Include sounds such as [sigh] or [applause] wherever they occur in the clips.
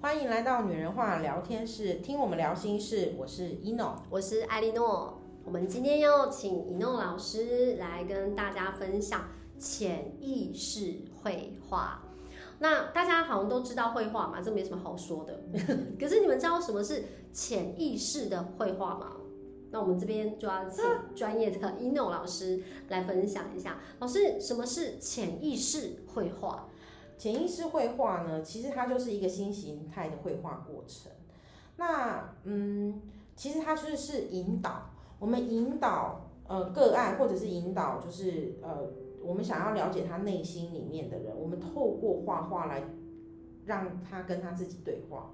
欢迎来到女人话聊天室，听我们聊心事。我是一诺，我是艾莉诺。我们今天要请一诺老师来跟大家分享潜意识绘画。那大家好像都知道绘画嘛，这没什么好说的。 [laughs] 可是你们知道什么是潜意识的绘画吗？那我们这边就要请专业的一诺老师来分享一下。老师，什么是潜意识绘画？潜意识绘画呢，其实它就是一个新形态的绘画过程。那嗯，其实它就是引导我们引导呃个案，或者是引导就是呃我们想要了解他内心里面的人，我们透过画画来让他跟他自己对话。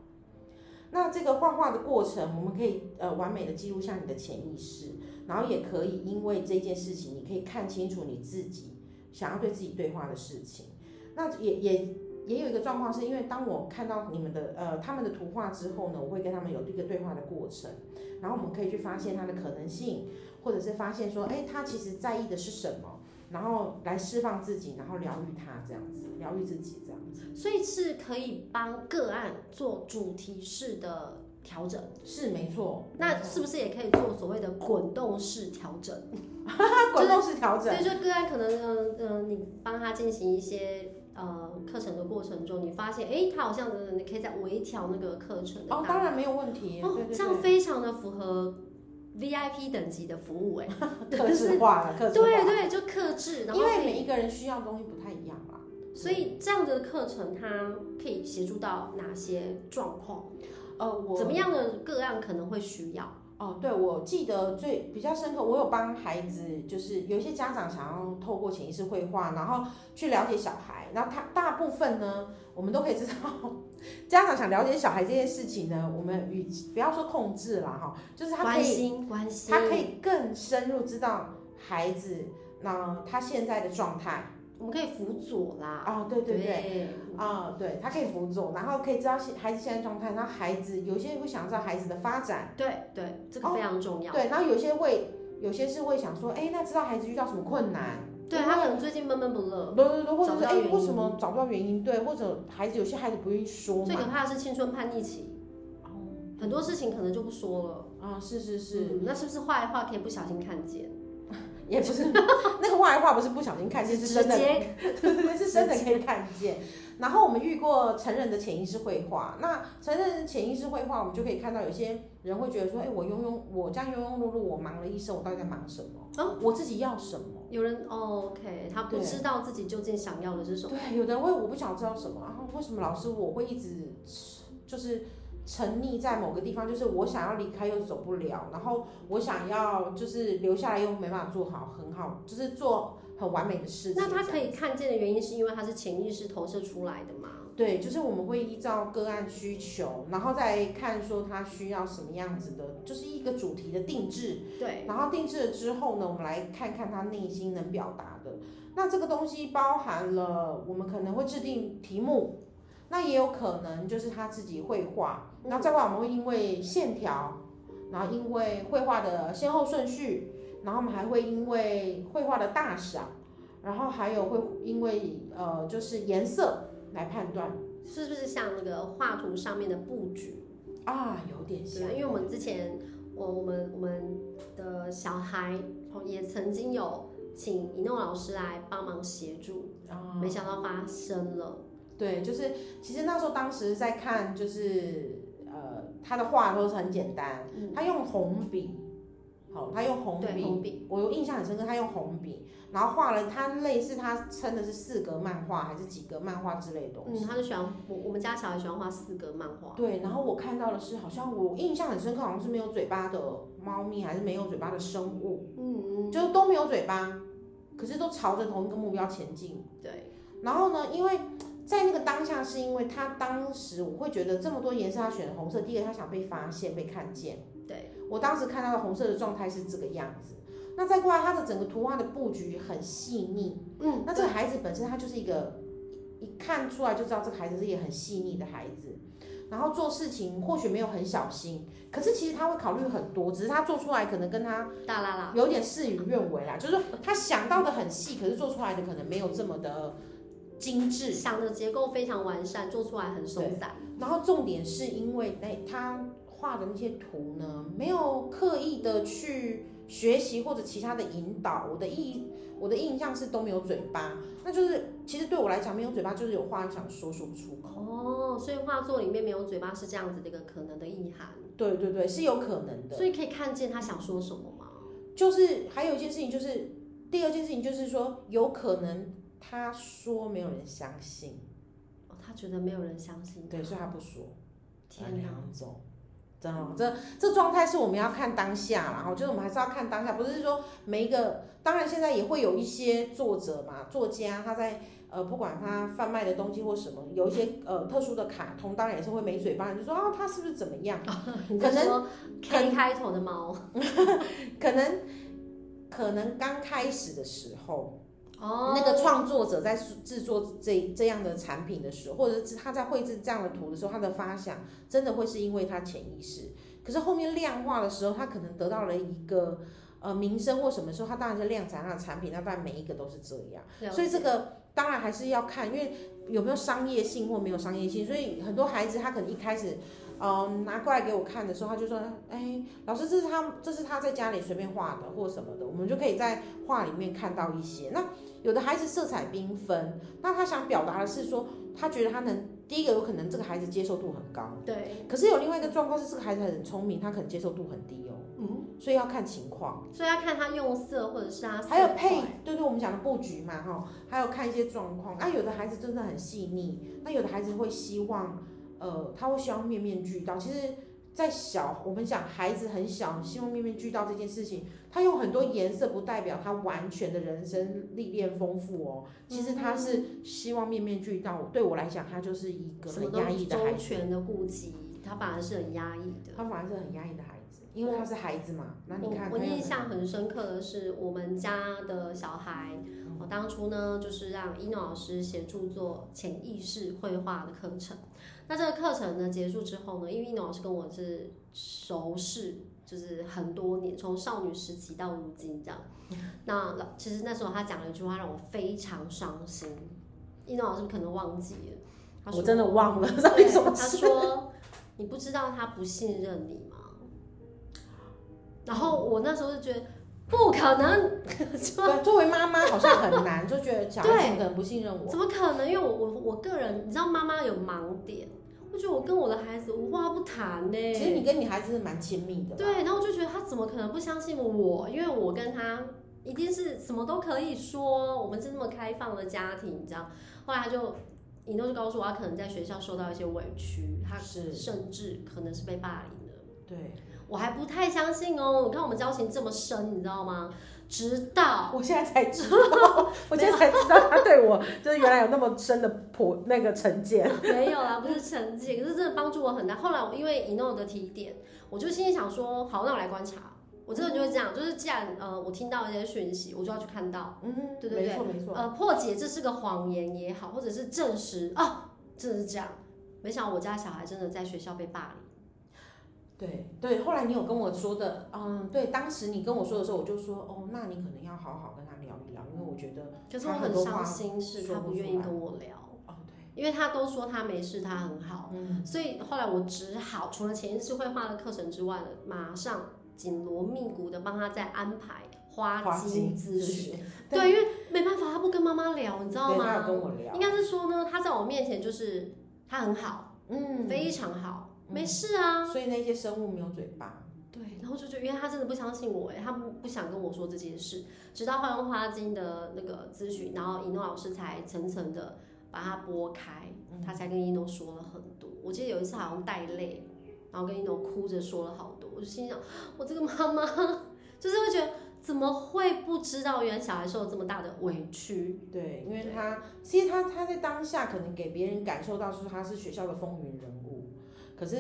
那这个画画的过程，我们可以呃完美的记录下你的潜意识，然后也可以因为这件事情，你可以看清楚你自己想要对自己对话的事情。那也也也有一个状况，是因为当我看到你们的呃他们的图画之后呢，我会跟他们有一个对话的过程，然后我们可以去发现它的可能性，或者是发现说，哎、他其实在意的是什么，然后来释放自己，然后疗愈他这样子，疗愈自己这样子。所以是可以帮个案做主题式的调整。是没错，那 [laughs] 是不是也可以做所谓的滚动式调整？它滚动式调整所。以就个案可能，嗯、嗯、你帮他进行一些呃课程的过程中，你发现，哎、他好像等等，你可以再微调那个课程的哦，大当然没有问题。哦对对，这样非常的符合 VIP 等级的服务、诶，哎对， [laughs] 克制化了，克制化。对对，就克制，然后因可为以每一个人需要的东西不太一样啦。所以这样的课程它可以协助到哪些状况？呃，我怎么样的个案可能会需要？哦，对，我记得最比较深刻，我有帮孩子，就是有一些家长想要透过潜意识绘画，然后去了解小孩。然后他大部分呢，我们都可以知道，家长想了解小孩这件事情呢，我们与其不要说控制啦，哈，就是他可关以心关心，他可以更深入知道孩子那他现在的状态。我们可以辅佐啦。哦，对对对，对，啊、对他可以辅佐，然后可以知道现孩子现在状态，然后孩子有些会想知道孩子的发展。对对，这个非常重要。对，然后有些会，有些是会想说，哎，那知道孩子遇到什么困难，对他可能最近闷闷不乐，对对对，或者找不是到哎，原因为什么找不到原因？对，或者孩子有些孩子不愿意说最嘛可，怕的是青春叛逆期，很多事情可能就不说了。啊、是是是，嗯那是不是坏话可以不小心看见？也不是 [laughs] 那个坏话，不是不小心看见，是直真的，接对对对，是真的可以看见。然后我们遇过成人的潜意识绘画，那成人的潜意识绘画，我们就可以看到有些人会觉得说，哎，我庸庸，我这样庸庸碌碌，我忙了一生，我到底在忙什么？啊我自己要什么？有人、哦、OK，他不对知道自己究竟想要的是什么。对，有的人会我不想知道什么，然后为什么老师我会一直就是沉溺在某个地方，就是我想要离开又走不了，然后我想要就是留下来又没办法做好很好，就是做很完美的事情。那他可以以看见的原因是因为他是潜意识投射出来的嘛？对，就是我们会依照个案需求，然后再看说他需要什么样子的，就是一个主题的定制。对，然后定制了之后呢，我们来看看他内心能表达的。那这个东西包含了我们可能会制定题目，那也有可能就是他自己绘画。嗯然后再外我们会因为线条，然后因为绘画的先后顺序，然后我们还会因为绘画的大小，然后还有会因为呃就是颜色来判断是不是像那个画图上面的布局？啊，有点像对，，因为我们之前，我我们我们的小孩哦也曾经有请一诺老师来帮忙协助，啊没想到发生了。对，就是其实那时候当时在看，就是呃，他的画都是很简单，他用红笔，好，他用嗯红嗯对，笔，红笔，我有印象很深刻，他用红笔，然后画了他类似他称的是四格漫画还是几格漫画之类的东嗯，西。他就喜欢我我们家小孩喜欢画四格漫画，对，然后我看到的是，好像我印象很深刻，好像是没有嘴巴的猫咪，还是没有嘴巴的生物，嗯嗯，就是都没有嘴巴，可是都朝着同一个目标前进。对，然后呢，因为在那个当下，是因为他当时我会觉得这么多颜色，他选红色，第一个他想被发现、被看见。对，我当时看到的红色的状态是这个样子。那再过来，他的整个图画的布局很细腻。嗯，那这个孩子本身他就是一个一一看出来就知道这个孩子是也很细腻的孩子，然后做事情或许没有很小心，可是其实他会考虑很多，只是他做出来可能跟他大啦啦，有点事与愿违啦，就是他想到的很细，可是做出来的可能没有这么的精致，想的结构非常完善，做出来很松散。然后重点是因为那他画的那些图呢，没有刻意的去学习或者其他的引导。我的意我的印象是都没有嘴巴，那就是其实对我来讲没有嘴巴就是有话想说说不出口。哦，所以画作里面没有嘴巴是这样子的一个可能的意涵，对对对，是有可能的。所以可以看见他想说什么吗？就是还有一件事情，就是第二件事情就是说，有可能他说没有人相信，哦，他觉得没有人相信他。对，所以他不说。天哪！两种，真的哦，这这状态是我们要看当下啦，哈，就是我们还是要看当下，不是说每一个，当然现在也会有一些作者嘛，作家他在呃，不管他贩卖的东西或什么，有一些呃特殊的卡通，当然也是会没嘴巴，你就说啊，他是不是怎么样？你哎可能在说 K 开头的猫可能可能刚开始的时候，哦，那个创作者在制作这这样的产品的时候，或者是他在绘制这样的图的时候，他的发想真的会是因为他潜意识。可是后面量化的时候，他可能得到了一个呃名声或什么时候，他当然是量产他的产品，那当然每一个都是这样。了所以这解个当然还是要看，因为有没有商业性或没有商业性。所以很多孩子他可能一开始，呃，拿过来给我看的时候，他就说：“哎，老师，这是他这是他在家里随便画的或什么的。”我们就可以在画里面看到一些。那有的孩子色彩缤纷，那他想表达的是说，他觉得他能第一个有可能这个孩子接受度很高，对，可是有另外一个状况是这个孩子很聪明，他可能接受度很低哦。嗯，所以要看情况。所以要看他用色或者是他色还有配啊块，对对，我们讲的布局嘛，哈，还有看一些状况。那、有的孩子真的很细腻，那有的孩子会希望，呃，他会希望面面俱到。其实，在小我们讲孩子很小，希望面面俱到这件事情，他有很多颜色，不代表他完全的人生历练丰富哦。其实他是希望面面俱到。对我来讲，他就是一个嗯什么很都压抑的周孩子，全的顾及，他反而是很压抑的。他反而是很压抑的孩子，因为他是孩子嘛。那你我看，我他有印很象很深刻的是，我们家的小孩，我、当初呢就是让一诺老师协助做潜意识绘画的课程。那这个课程呢结束之后呢，因为一诺老师跟我是熟识，就是很多年，从少女时期到如今这样。那老其实那时候他讲了一句话让我非常伤心，一诺老师可能忘记了，他说我真的忘了 [laughs] 到底对什么他事。 [laughs] 说：“你不知道他不信任你吗？”然后我那时候就觉得不可能，就 [laughs] 对，作为妈妈好像很难，就觉得小孩子可能不信任我。怎么可能？因为我我我个人，你知道妈妈有盲点，我觉得我跟我的孩子无话不谈呢、其实你跟你孩子是蛮亲密的，，对，然后我就觉得他怎么可能不相信我？因为我跟他一定是什么都可以说，我们是那么开放的家庭，你知道。后来他就，尹诺就告诉我，他可能在学校受到一些委屈，他是甚至可能是被霸凌的。对。我还不太相信哦。你看我们交情这么深，你知道吗？直到我现在才知 [laughs] 道，我现在才知道他对我就是原来有那么深的婆那个成见。没有啦，不是成绩，可是真的帮助我很大。后来我因为一诺的提点，我就心里想说，好，那我来观察。我真的就会这样，就是既然呃我听到一些讯息，我就要去看到，嗯对对对没错没错。呃破解这是个谎言也好，或者是证实哦，真的是这样。没想到我家小孩真的在学校被霸凌。对对，后来你有跟我说的，嗯，对，当时你跟我说的时候，我就说，哦，那你可能要好好跟他聊一聊，因为我觉得，可是我他很很多伤话心，是说他不不出愿意来跟我聊，哦，对，因为他都说他没事，他很好。嗯，所以后来我只好除了潜意识绘画的课程之外呢，马上紧锣密鼓的帮他再安排花精咨询。，对对，因为没办法，他不跟妈妈聊，你知道对，他有吗？跟我聊应，该是说呢，他在我面前就是他很好，嗯，非常好，嗯没事啊。所以那些生物没有嘴巴，对，然后就觉得，因为他真的不相信我，哎，他不不想跟我说这件事，直到换用花精的那个咨询，然后一诺老师才层层的把它拨开，嗯他才跟一诺说了很多。我记得有一次好像带泪，然后跟一诺哭着说了好多，我就心想，我这个妈妈就是会觉得怎么会不知道，原来小孩受了这么大的委屈。对，因为对他其实他他在当下可能给别人感受到说他是学校的风云人物，可是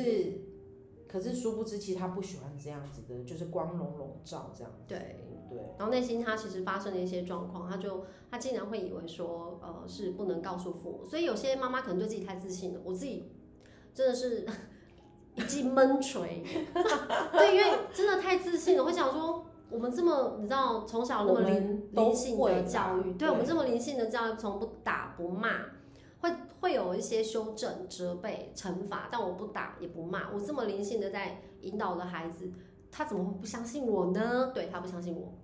可是殊不知其实他不喜欢这样子的，就是光荣笼罩这样子。对对，然后内心他其实发生了一些状况，他就他竟然会以为说，呃，是不能告诉父母，所以有些妈妈可能对自己太自信了。我自己真的是 [laughs] 一记闷锤，对，因为真的太自信了，会想说我们这么，你知道，从小那我么们灵都灵性会的吧教育，对对我们这么灵性的教育，从不打不骂，会会有一些修正、责备、惩罚，但我不打也不骂，我这么灵性的在引导我的孩子，他怎么会不相信我呢？对他不相信我，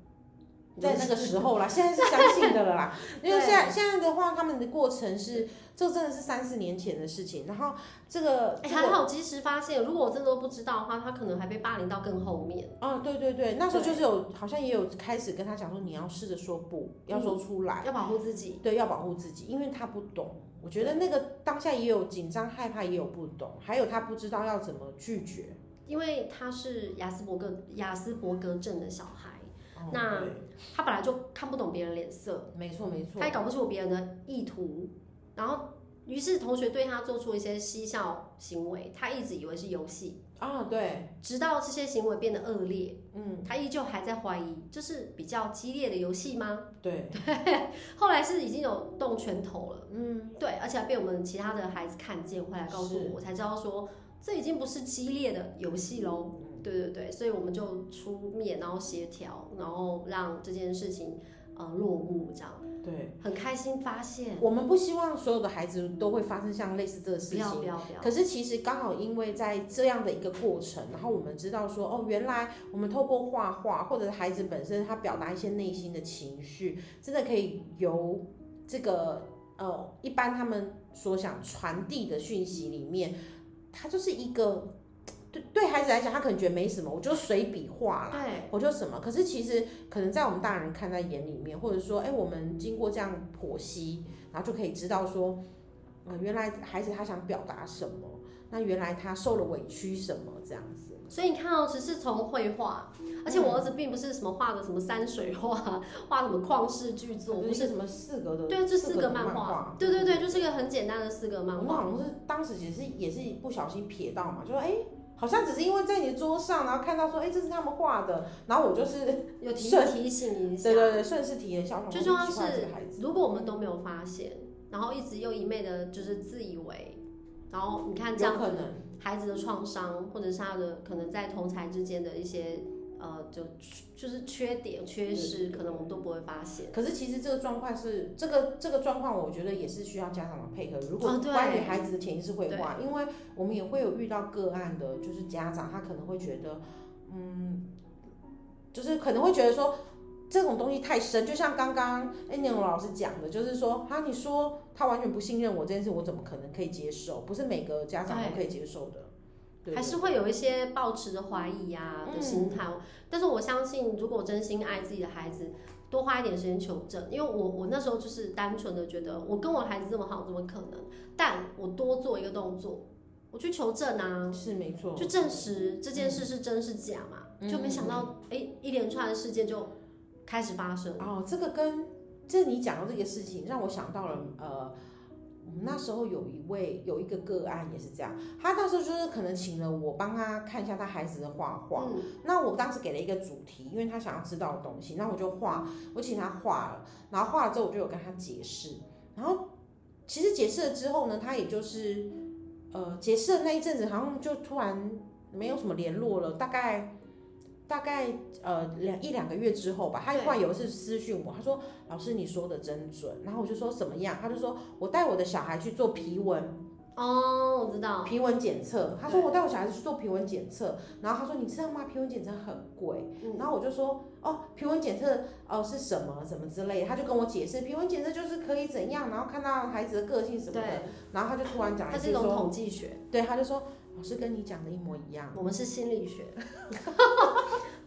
在那个时候 [laughs] 啦，现在是相信的了啦，因为对现在现在的话，他们的过程是，这真的是三四年前的事情。然后这个，哎、这还个，好及时发现，如果我真的都不知道的话，他可能还被霸凌到更后面。啊、对对对，那时候对就是有，好像也有开始跟他讲说，你要试着说不，要嗯说出来，要保护自己。对，要保护自己，因为他不懂。我觉得那个当下也有紧张、害怕，也有不懂，还有他不知道要怎么拒绝。因为他是雅斯伯格雅斯伯格症的小孩，哦那对他本来就看不懂别人脸色，没错没错他，也搞不清楚别人的意图，然后于是同学对他做出一些嬉笑行为，他一直以为是游戏，啊对，直到这些行为变得恶劣，嗯他依旧还在怀疑，这是比较激烈的游戏吗？对， [laughs] 后来是已经有动拳头了，嗯对，而且还被我们其他的孩子看见，回来告诉是我，我才知道说这已经不是激烈的游戏喽。嗯对对对，所以我们就出面，然后协调，然后让这件事情呃落幕，这样对。很开心发现，我们不希望所有的孩子都会发生像类似这个不事要情不。要不要，可是其实刚好因为在这样的一个过程，然后我们知道说，哦，原来我们透过画画或者是孩子本身他表达一些内心的情绪，真的可以由这个呃一般他们所想传递的讯息里面，它就是一个对对孩子来讲，他可能觉得没什么，我就随笔画啦，对我就什么。可是其实可能在我们大人看在眼里面，或者说，哎、我们经过这样剖析，然后就可以知道说，啊、原来孩子他想表达什么，那原来他受了委屈什么这样子。所以你看哦，只是从绘画，而且我儿子并不是什么画的什么山水画， [laughs] 画什么旷世巨作，就是一不个是，什么四格的，对，这四四格个的漫漫画，对对对，就是一个很简单的四个漫我们画，好像是当时也是也是不小心瞥到嘛，就说哎、好像只是因为在你的桌上，然后看到说哎、这是他们画的，然后我就是有提顺提醒一下，对对对顺势提了一下，我想说最重要奇怪是这个孩子如果我们都没有发现，然后一直又一昧的就是自以为，然后你看这有样可子。能孩子的创伤，或者是他的可能在同才之间的一些呃，就就是缺点、缺失，可能我们都不会发现。可是其实这个状况是这个这个状况，我觉得也是需要家长的配合。如哦果对关于孩子的潜意识绘画，因为我们也会有遇到个案的，就是家长他可能会觉得，嗯，就是可能会觉得说这种东西太深，就像刚刚哎念龙老师讲的，就是说啊，你说他完全不信任我这件事，我怎么可能可以接受？不是每个家长都对可以接受的，对还是会有一些抱持着怀疑呀、的嗯心态，但是我相信，如果真心爱自己的孩子，多花一点时间求证。因为我我那时候就是单纯的觉得，我跟我孩子这么好，怎么可能？但我多做一个动作，我去求证啊，是没错，就证实这件事是真是假嘛。嗯就没想到，哎、一连串的事件就开始发生。哦，这个跟这你讲到这个事情，让我想到了呃，我们那时候有一位有一个个案也是这样，他那时候就是可能请了我帮他看一下他孩子的画画，嗯，那我当时给了一个主题，因为他想要知道的东西，那我就画，我请他画了，然后画了之后我就有跟他解释，然后其实解释了之后呢，他也就是呃解释的那一阵子，好像就突然没有什么联络了，大概大概呃两一两个月之后吧，他对突然有一次私讯我，他说老师你说的真准，然后我就说怎么样，他就说我带我的小孩去做皮纹。哦，我知道，皮纹检测，他说对我带我小孩子去做皮纹检测，然后他说你知道吗？皮纹检测很贵，嗯然后我就说哦，皮纹检测哦是什么什么之类的，他就跟我解释皮纹检测就是可以怎样，然后看到孩子的个性什么的，对，然后他就突然讲它一是一句种说，统计学，对，他就说老师跟你讲的一模一样，我们是心理学。 [laughs]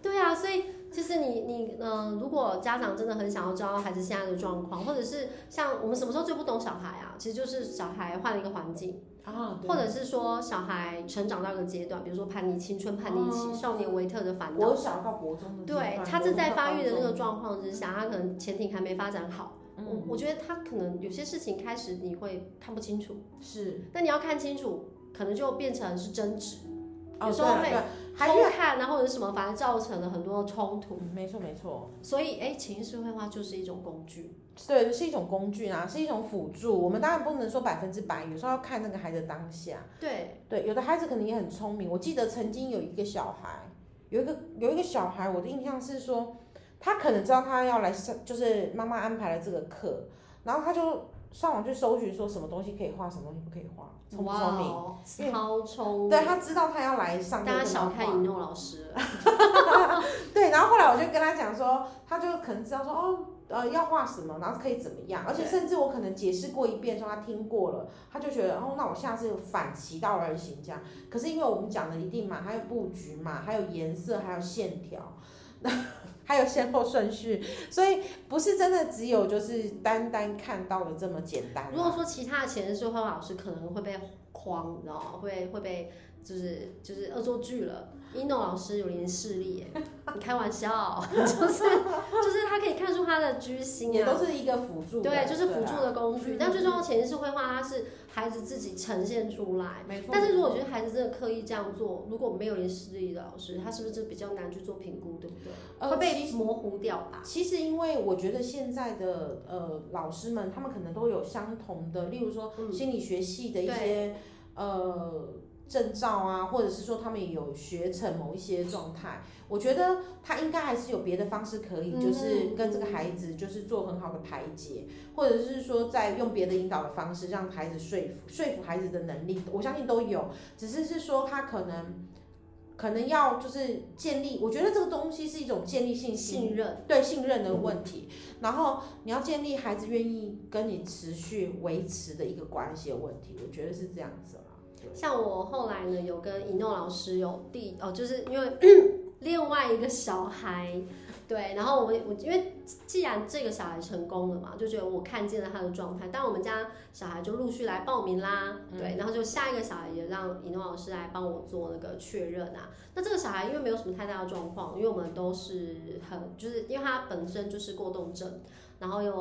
对啊，所以其实你你嗯、呃如果家长真的很想要知道孩子现在的状况，或者是像我们什么时候最不懂小孩啊？其实就是小孩换了一个环境，啊或者是说小孩成长到一个阶段，比如说叛逆、青春叛逆期、哦少年维特的烦恼国。小到国中的阶段，对，他正在发育的那国个中到高中，状况之下，他可能前庭还没发展好。我嗯，我觉得他可能有些事情开始你会看不清楚，是，那你要看清楚，可能就变成是争执，哦有时对候啊会对啊，还偷看啊或者是什么，反而造成了很多冲突。嗯没错没错，所以，哎，潜意识绘画就是一种工具，对，是一种工具啊，是一种辅助，我们当然不能说百分之百，有时候要看那个孩子的当下。对，对，有的孩子可能也很聪明。我记得曾经有一个小孩，有一个有一个小孩，我的印象是说，他可能知道他要来上，就是妈妈安排了这个课，然后他就上网去搜寻说什么东西可以画，什么东西不可以画，聪不聪明？哦因为超聪明，对他知道他要来上课，哦大家小看画。一诺老师啊了，对，然后后来我就跟他讲说，他就可能知道说哦，呃，要画什么，然后可以怎么样，而且对甚至我可能解释过一遍，说他听过了，他就觉得哦，那我下次反其道而行这样。可是因为我们讲的一定嘛，还有布局嘛，还有颜色，还有线条。 [laughs] 还有先后顺序，所以不是真的只有就是单单看到了这么简单啊、如果说其他的前世绘画老师可能会被框，你知道吗？会会被就是就是恶作剧了。一诺老师有点视力耶，你开玩笑， [laughs] 就是就是他可以看出他的居心也啊，都是一个辅助的，对，就是辅助啊，的工具。嗯但最重要，潜意识绘画它是孩子自己呈现出来。没错。但是如果我觉得孩子真的刻意这样做，如果没有临时力的老师，他是不是比较难去做评估，对不对？呃会被模糊掉吧？其实，因为我觉得现在的呃老师们，他们可能都有相同的，例如说嗯心理学系的一对些呃证照啊，或者是说他们也有学成某一些状态。我觉得他应该还是有别的方式可以，嗯就是跟这个孩子就是做很好的排解，或者是说在用别的引导的方式让孩子说服说服孩子的能力，我相信都有，只是是说他可能。可能要就是建立，我觉得这个东西是一种建立信心信任，对信任的嗯问题，然后你要建立孩子愿意跟你持续维持的一个关系的问题，我觉得是这样子啦。对像我后来呢，有跟一诺老师有第哦，就是因为另外一个小孩，对，然后我我因为既然这个小孩成功了嘛，就觉得我看见了他的状态，但我们家小孩就陆续来报名啦，对，然后就下一个小孩也让一诺老师来帮我做那个确认啊。那这个小孩因为没有什么太大的状况，因为我们都是很就是因为他本身就是过动症，然后又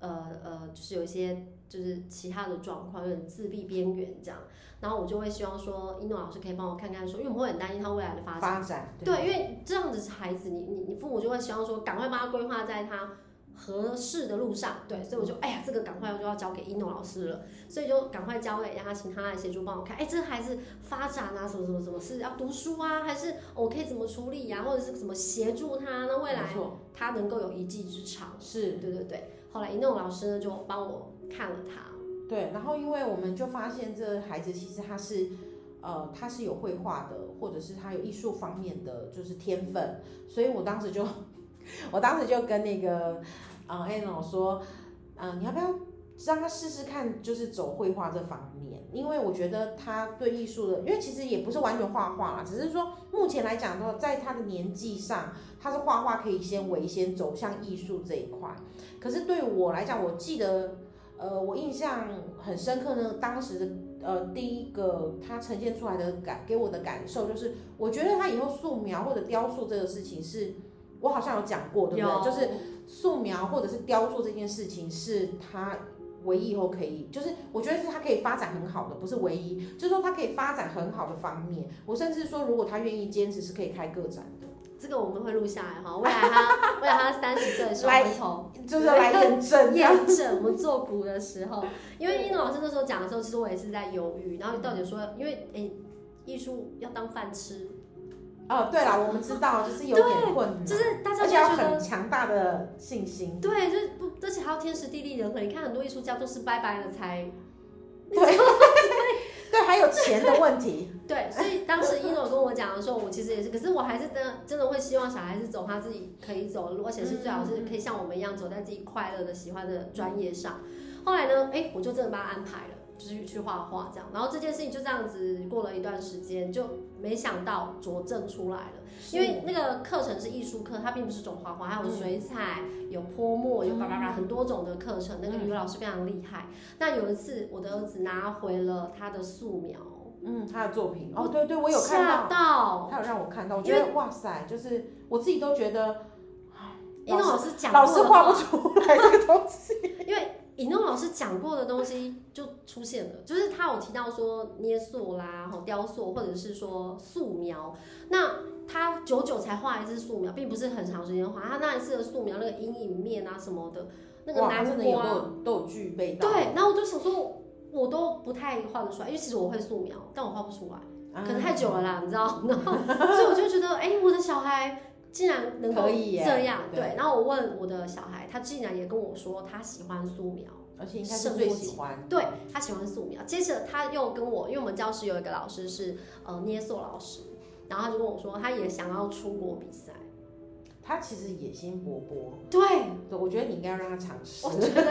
呃呃就是有一些就是其他的状况，有点自闭边缘这样。然后我就会希望说，一诺老师可以帮我看看说，因为我们会很担心他未来的发展。发展，对，因为这样子孩子，你你你父母就会希望说，赶快帮他规划在他合适的路上。对，所以我就哎呀，这个赶快我就要交给一诺老师了，所以就赶快交给他，请他来协助帮我看。哎，这个孩子发展啊，什么什么什么是要读书啊，还是我可以怎么处理呀、或者是怎么协助他，那没未来错他能够有一技之长。是对对对。后来一诺老师呢就帮我看了他，对，然后因为我们就发现这孩子其实他是，呃，他是有绘画的，或者是他有艺术方面的就是天分，所以我当时就， [laughs] 我当时就跟那个，呃 a n n 说，呃，你要不要让他试试看，就是走绘画这方面，因为我觉得他对艺术的，因为其实也不是完全画画啦，只是说目前来讲的话，在他的年纪上，他是画画可以先为先走向艺术这一块，可是对我来讲，我记得。呃，我印象很深刻呢，当时的呃第一个他呈现出来的感给我的感受就是，我觉得他以后素描或者雕塑这个事情是，我好像有讲过，对不对？就是素描或者是雕塑这件事情是他唯一以后可以，就是我觉得是他可以发展很好的，不是唯一，就是说他可以发展很好的方面。我甚至说，如果他愿意坚持，是可以开个展的，这个我们会录下来哈，未来他未来他三十岁的时候来回头就是要来验证这样。哦 [laughs] 验证我们做股的 [laughs] 时候，因为一诺老师那时候讲的时候，其实我也是在犹豫，然后到底说，因为诶艺术要当饭吃，哦，对了，我们知道，就是有点困难，就是大家嗯而就且要觉得很强大的信 [laughs] 心。对，就是不，而且还要天时地利人和。你看很多艺术家都是拜拜了才对，还有钱的问题。对，所以当时一诺跟我讲的时候，我其实也是，可是我还是真的真的会希望小孩子走他自己可以走的路，而且是最好是可以像我们一样走在自己快乐的、喜欢的专业上。后来呢，哎，我就真的把他安排了，就是去画画这样。然后这件事情就这样子过了一段时间，就没想到佐证出来了。 [laughs] 因为那个课程是艺术课，它并不是种画画，还有水彩、有泼墨、有叭叭叭很多种的课程。那个语文老师非常厉害。那有一次，我的儿子拿回了他的素描。嗯，他的作品，哦，对对，我有看吓到，到，他有让我看到，我觉啊因为得哇塞，就是我自己都觉得一诺欸老师讲老师过的画不出来这个东西。因为尹诺老师讲过的东西就出现了，就是他有提到说捏塑啦、吼雕塑，或者是说素描。那他久久才画一次素描，并不是很长时间画。他那一次的素描，那个阴影面啊什么的，那个哇，他南啊真的有都瓜，有都有具备到。对。然后我就想说，我都不太画得出来，因为其实我会素描，但我画不出来。啊可能太久了啦，你知道，然后所以我就觉得，哎、我的小孩竟然能够可以耶这样，对对。然后我问我的小孩，他竟然也跟我说他喜欢素描，而且应该是最喜欢。对他喜欢素描。接着他又跟我，因为我们教室有一个老师是呃捏塑老师，然后他就跟我说，他也想要出国比赛。他其实野心勃勃，对，对，我觉得你应该让他尝试，我可是觉 [laughs] 得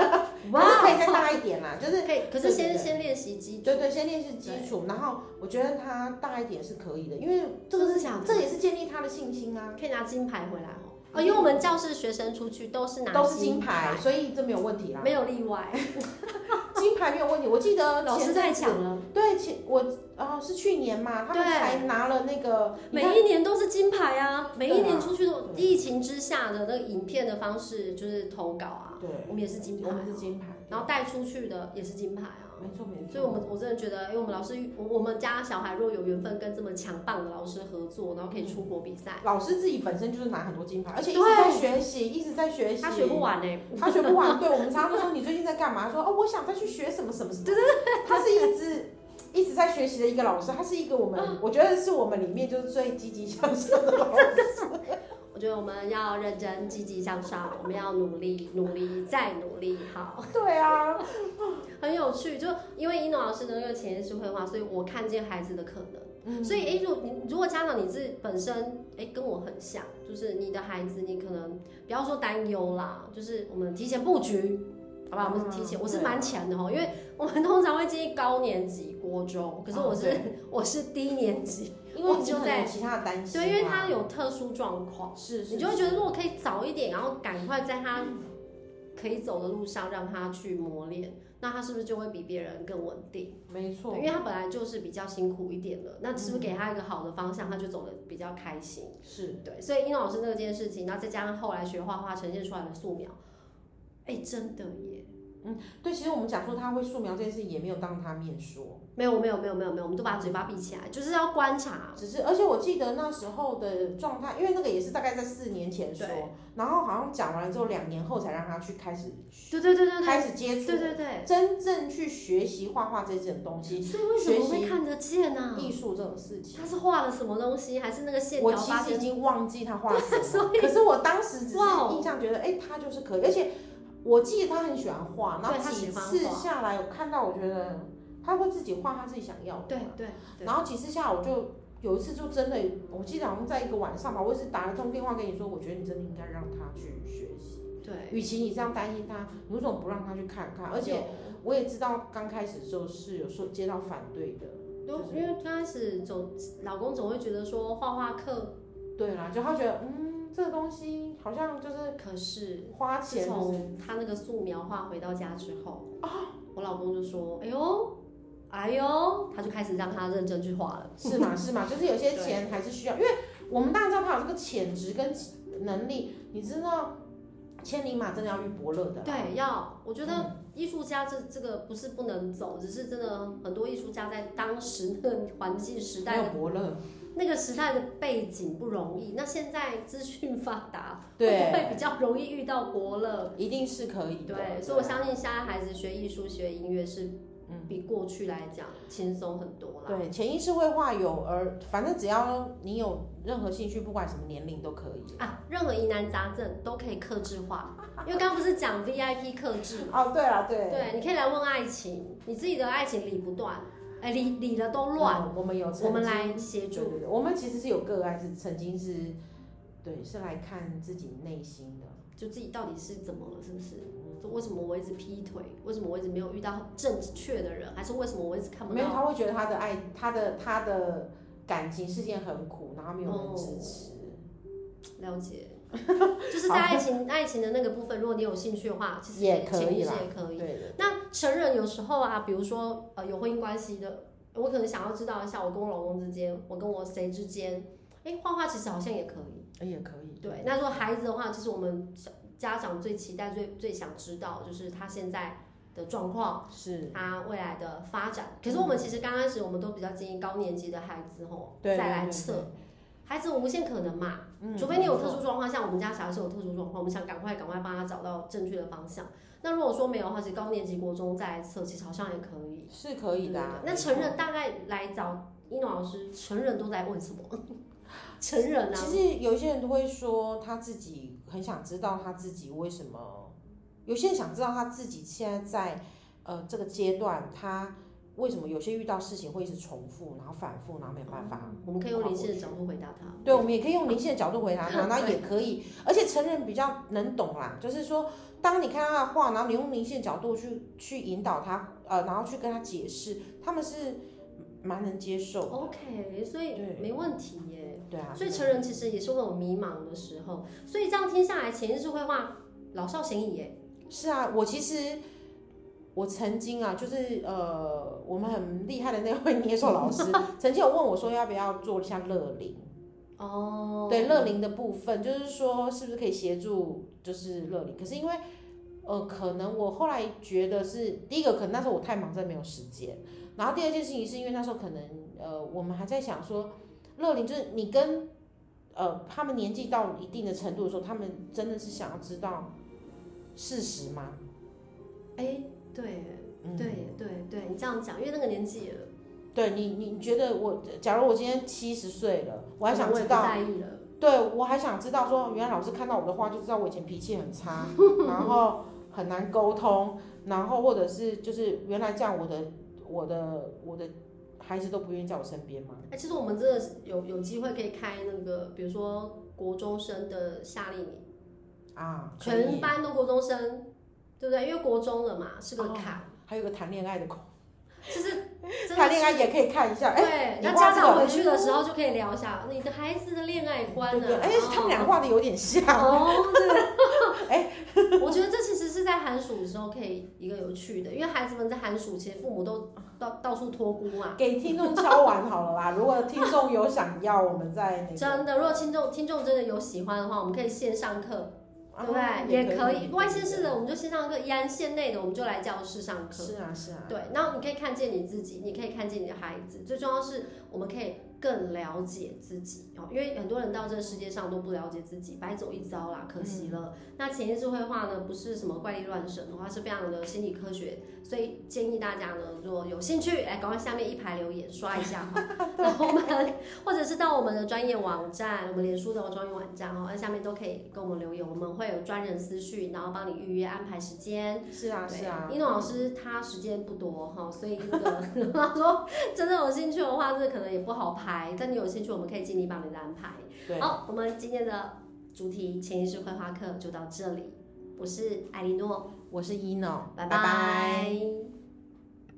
哇，可以再大一点啦，就是可以，可是对对先对先练习基础对，对，先练习基础，然后我觉得他大一点是可以的，因为这真个的是假的这也是建立他的信心啊，可以拿金牌回来哦。哦，因为我们教室学生出去都是拿嗯都是金牌，牌，所以这没有问题啦，没有例外。金牌没有问题。我记得 [laughs] 老师前太强了，对前我啊、是去年嘛，他们对才拿了那个每你看一年都是金牌啊！每一对年啊出去都对疫情之下的那个影片的方式就是投稿啊，对，我们也是金牌我啊们，是金牌，然后带出去的也是金牌啊。没错没错，所以，我们我真的觉得，因为我们老师，我我们家小孩如果有缘分跟这么强棒的老师合作，然后可以出国比赛，老师自己本身就是拿很多金牌，而且一直对在学习，一直在学习，他学不完欸呢、他学不完，对我们常常会说你最近在干嘛？说哦，我想再去学什么什么什么。对对对，他是一直一直在学习的一个老师，他是一个我嗯们，我觉得是我们里面就是最积极向上的 [laughs] 老师。我觉得我们要认真、积极向上，我们要努力、努力再努力，好，对啊，很有趣。就因为一诺老师的那个潜意识绘画，所以我看见孩子的可能。嗯，所以，诶，如果你如果家长你自己本身，诶，跟我很像，就是你的孩子，你可能不要说担忧啦，就是我们提前布局，好吧？我们嗯提前，对我是蛮强的哦，因为我们通常会建议高年级、国中，可是我是、哦我是低年级，因为你就可能在有其他的担心嘛，哦对，因为他有特殊状况，是是，你就会是觉得如果可以早一点，然后赶快在他可以走的路上让他去磨练，那他是不是就会比别人更稳定？没对错因，为他本来就是比较辛苦一点的，那是不是给他一个好的方向，他就走的比较开心？是对，所以英老师那件事情，然后再加上后来学画画呈现出来的素描，哎、真的耶！对。其实我们讲说他会素描这件事，也没有当他面说，没有没有没有没有没有，我们都把嘴巴闭起来，就是要观察。只是而且我记得那时候的状态，因为那个也是大概在四年前说对，然后好像讲完了之后，两年后才让他去开始对对对对开对始接触对对对，真正去学习画画这件东西，所以为什么学会习看得见呢、艺术这种事情，他是画了什么东西，还是那个线我条其发实已生？经忘记他画什么 [laughs] 所，以可是我当时只是哇哦印象觉得，哎、他就是可以，而且我记得他很喜欢画，然对他后喜几欢次画下来，我看到我觉得他会自己画他自己想要的，对对对，然后几次下来我就。有一次就真的，我记得好像在一个晚上吧，我也是打了通电话跟你说，我觉得你真的应该让他去学习。对，与其你这样担心他，你为什么不让他去看嗯看？而且我也知道刚开始的时候是有时候接到反对的，有，就是因为刚开始总老公总会觉得说画画课，对啦，就他觉得嗯，这个东西好像就是可是花自钱从他那个素描画回到家之后，我老公就说：“哎呦，哎呦！”他就开始让他认真去画了。是嘛是嘛，就是有些钱还是需要，因为我们大家知道他有这个潜质跟能力，你知道千里马真的要遇伯乐的啦，对，要我觉嗯得艺术家这这个不是不能走，只是真的很多艺术家在当时那个环境时没代有的伯乐，那个时代的背景不容易。那现在资讯发达，会不对，会比较容易遇到伯乐？一定是可以的。对，所以我相信现在孩子学艺术、学音乐是嗯比过去来讲轻松很多啦。对，潜意识绘画有而，反正只要你有任何兴趣，不管什么年龄都可以。啊，任何疑难杂症都可以克制化，因为刚刚不是讲 VIP 克制嘛？哦，对了，对，对，你可以来问爱情，你自己的爱情理不断，哎，理理了都乱，嗯我们有曾经，我们来协对助。对对，我们其实是有个案是曾经是，对，是来看自己内心的。就自己到底是怎么了，是不是？就为什么我一直劈腿？为什么我一直没有遇到正确的人？还是为什么我一直看不没有，到？他会觉得他的爱，他的他的感情是件很苦，然后没有人支持。哦了解， [laughs] 就是在爱情爱情的那个部分，如果你有兴趣的话，其实也可以潜意识啦也可以。对的，那成人有时候啊，比如说呃有婚姻关系的，我可能想要知道一下我跟我老公之间，我跟我谁之间，哎、画画其实好像也可以。哎也可以。对，那如果孩子的话，其实我们小家长最期待、最最想知道就是他现在的状况，是，他未来的发展。可是我们其实刚开始我们都比较建议高年级的孩子吼对，再来对测，孩子无限可能嘛。嗯除非你有特殊状况，像我们家小孩是有特殊状况，我们想赶快赶快帮他找到正确的方向。那如果说没有的话，其实高年级国中再来测，其实好像也可以。是可以的啊、对对对那没错成人大概来找一诺老师成人都在问什么？ [laughs] 成人啊其，实有一些人都会说他自己很想知道他自己为什么，有些人想知道他自己现在在呃这个阶段他为什么有些遇到事情会一直重复，然后反复，然后没有办法。我们可以用灵性的角度回答他。对，我们也可以用灵性的角度回答他，对然后也可以，而且成人比较能懂啦，就是说，当你看他的话，然后你用灵性的角度去去引导他，呃，然后去跟他解释，他们是蛮能接受的， OK，所以对没问题耶。对啊。所以成人其实也是会有迷茫的时候，所以这样听下来，潜意识会画老少咸宜耶。是啊，我其实我曾经啊，就是呃，我们很厉害的那位捏手老师，曾经有问我说要不要做一下乐龄，哦，对乐龄的部分，就是说是不是可以协助就是乐龄，可是因为。呃，可能我后来觉得是第一个，可能那时候我太忙，真的没有时间。然后第二件事情是因为那时候可能呃，我们还在想说，乐龄就是你跟呃他们年纪到一定的程度的时候，他们真的是想要知道事实吗？哎，对耶，嗯对耶，对耶对，你这样讲，因为那个年纪了，对你，你觉得我，假如我今天七十岁了，我还想嗯我也知不道，在意了。对我还想知道说，原来老师看到我的话就知道我以前脾气很 [laughs] 差，然后很难沟通，然后或者是就是原来这样我的我的我的孩子都不愿意在我身边吗？哎，其实我们真的是有有机会可以开那个，比如说国中生的夏令营，啊，可全以班都国中生，对不对？因为国中了嘛，是个哦坎，还有一个谈恋爱的，就是 [laughs] 真的谈恋爱也可以看一下，哎、对，你那画家这长个回去的时候就可以聊一下你的孩子的恋爱观对对，呢。哎、哦他们俩画的有点像，哦， [laughs] 对，哎，我觉得这其实是在寒暑的时候可以一个有趣的，因为孩子们在寒暑，其实父母都到到处托孤啊嘛。给听众敲完好了啦，如果听众有想要，我们再那个，真的，如果听众听众真的有喜欢的话，我们可以线上课，对不啊对？也可以，以，外县市的我们就线上课，宜安县内的我们就来教室上课。是啊是啊，对，然后你可以看见你自己，你可以看见你的孩子，最重要是我们可以更了解自己哦，因为很多人到这个世界上都不了解自己，白走一遭啦，可惜了。嗯那潜意识绘画呢，不是什么怪力乱神的话，是非常的心理科学，所以建议大家呢，如果有兴趣，哎来赶快下面一排留言刷一下 [laughs] 哦，然后我们或者是到我们的专业网站，我们脸书的专业网站哦，那下面都可以跟我们留言，我们会有专人私讯，然后帮你预约安排时间。是啊对是啊，一诺老师他时间不多哈，所以那个 [laughs] 他说真的有兴趣的话，这可能也不好排。但你有兴趣，我们可以尽力帮你安排。对，好，我们今天的主题潜意识绘画课就到这里。我是艾莉诺，我是一诺，拜拜拜拜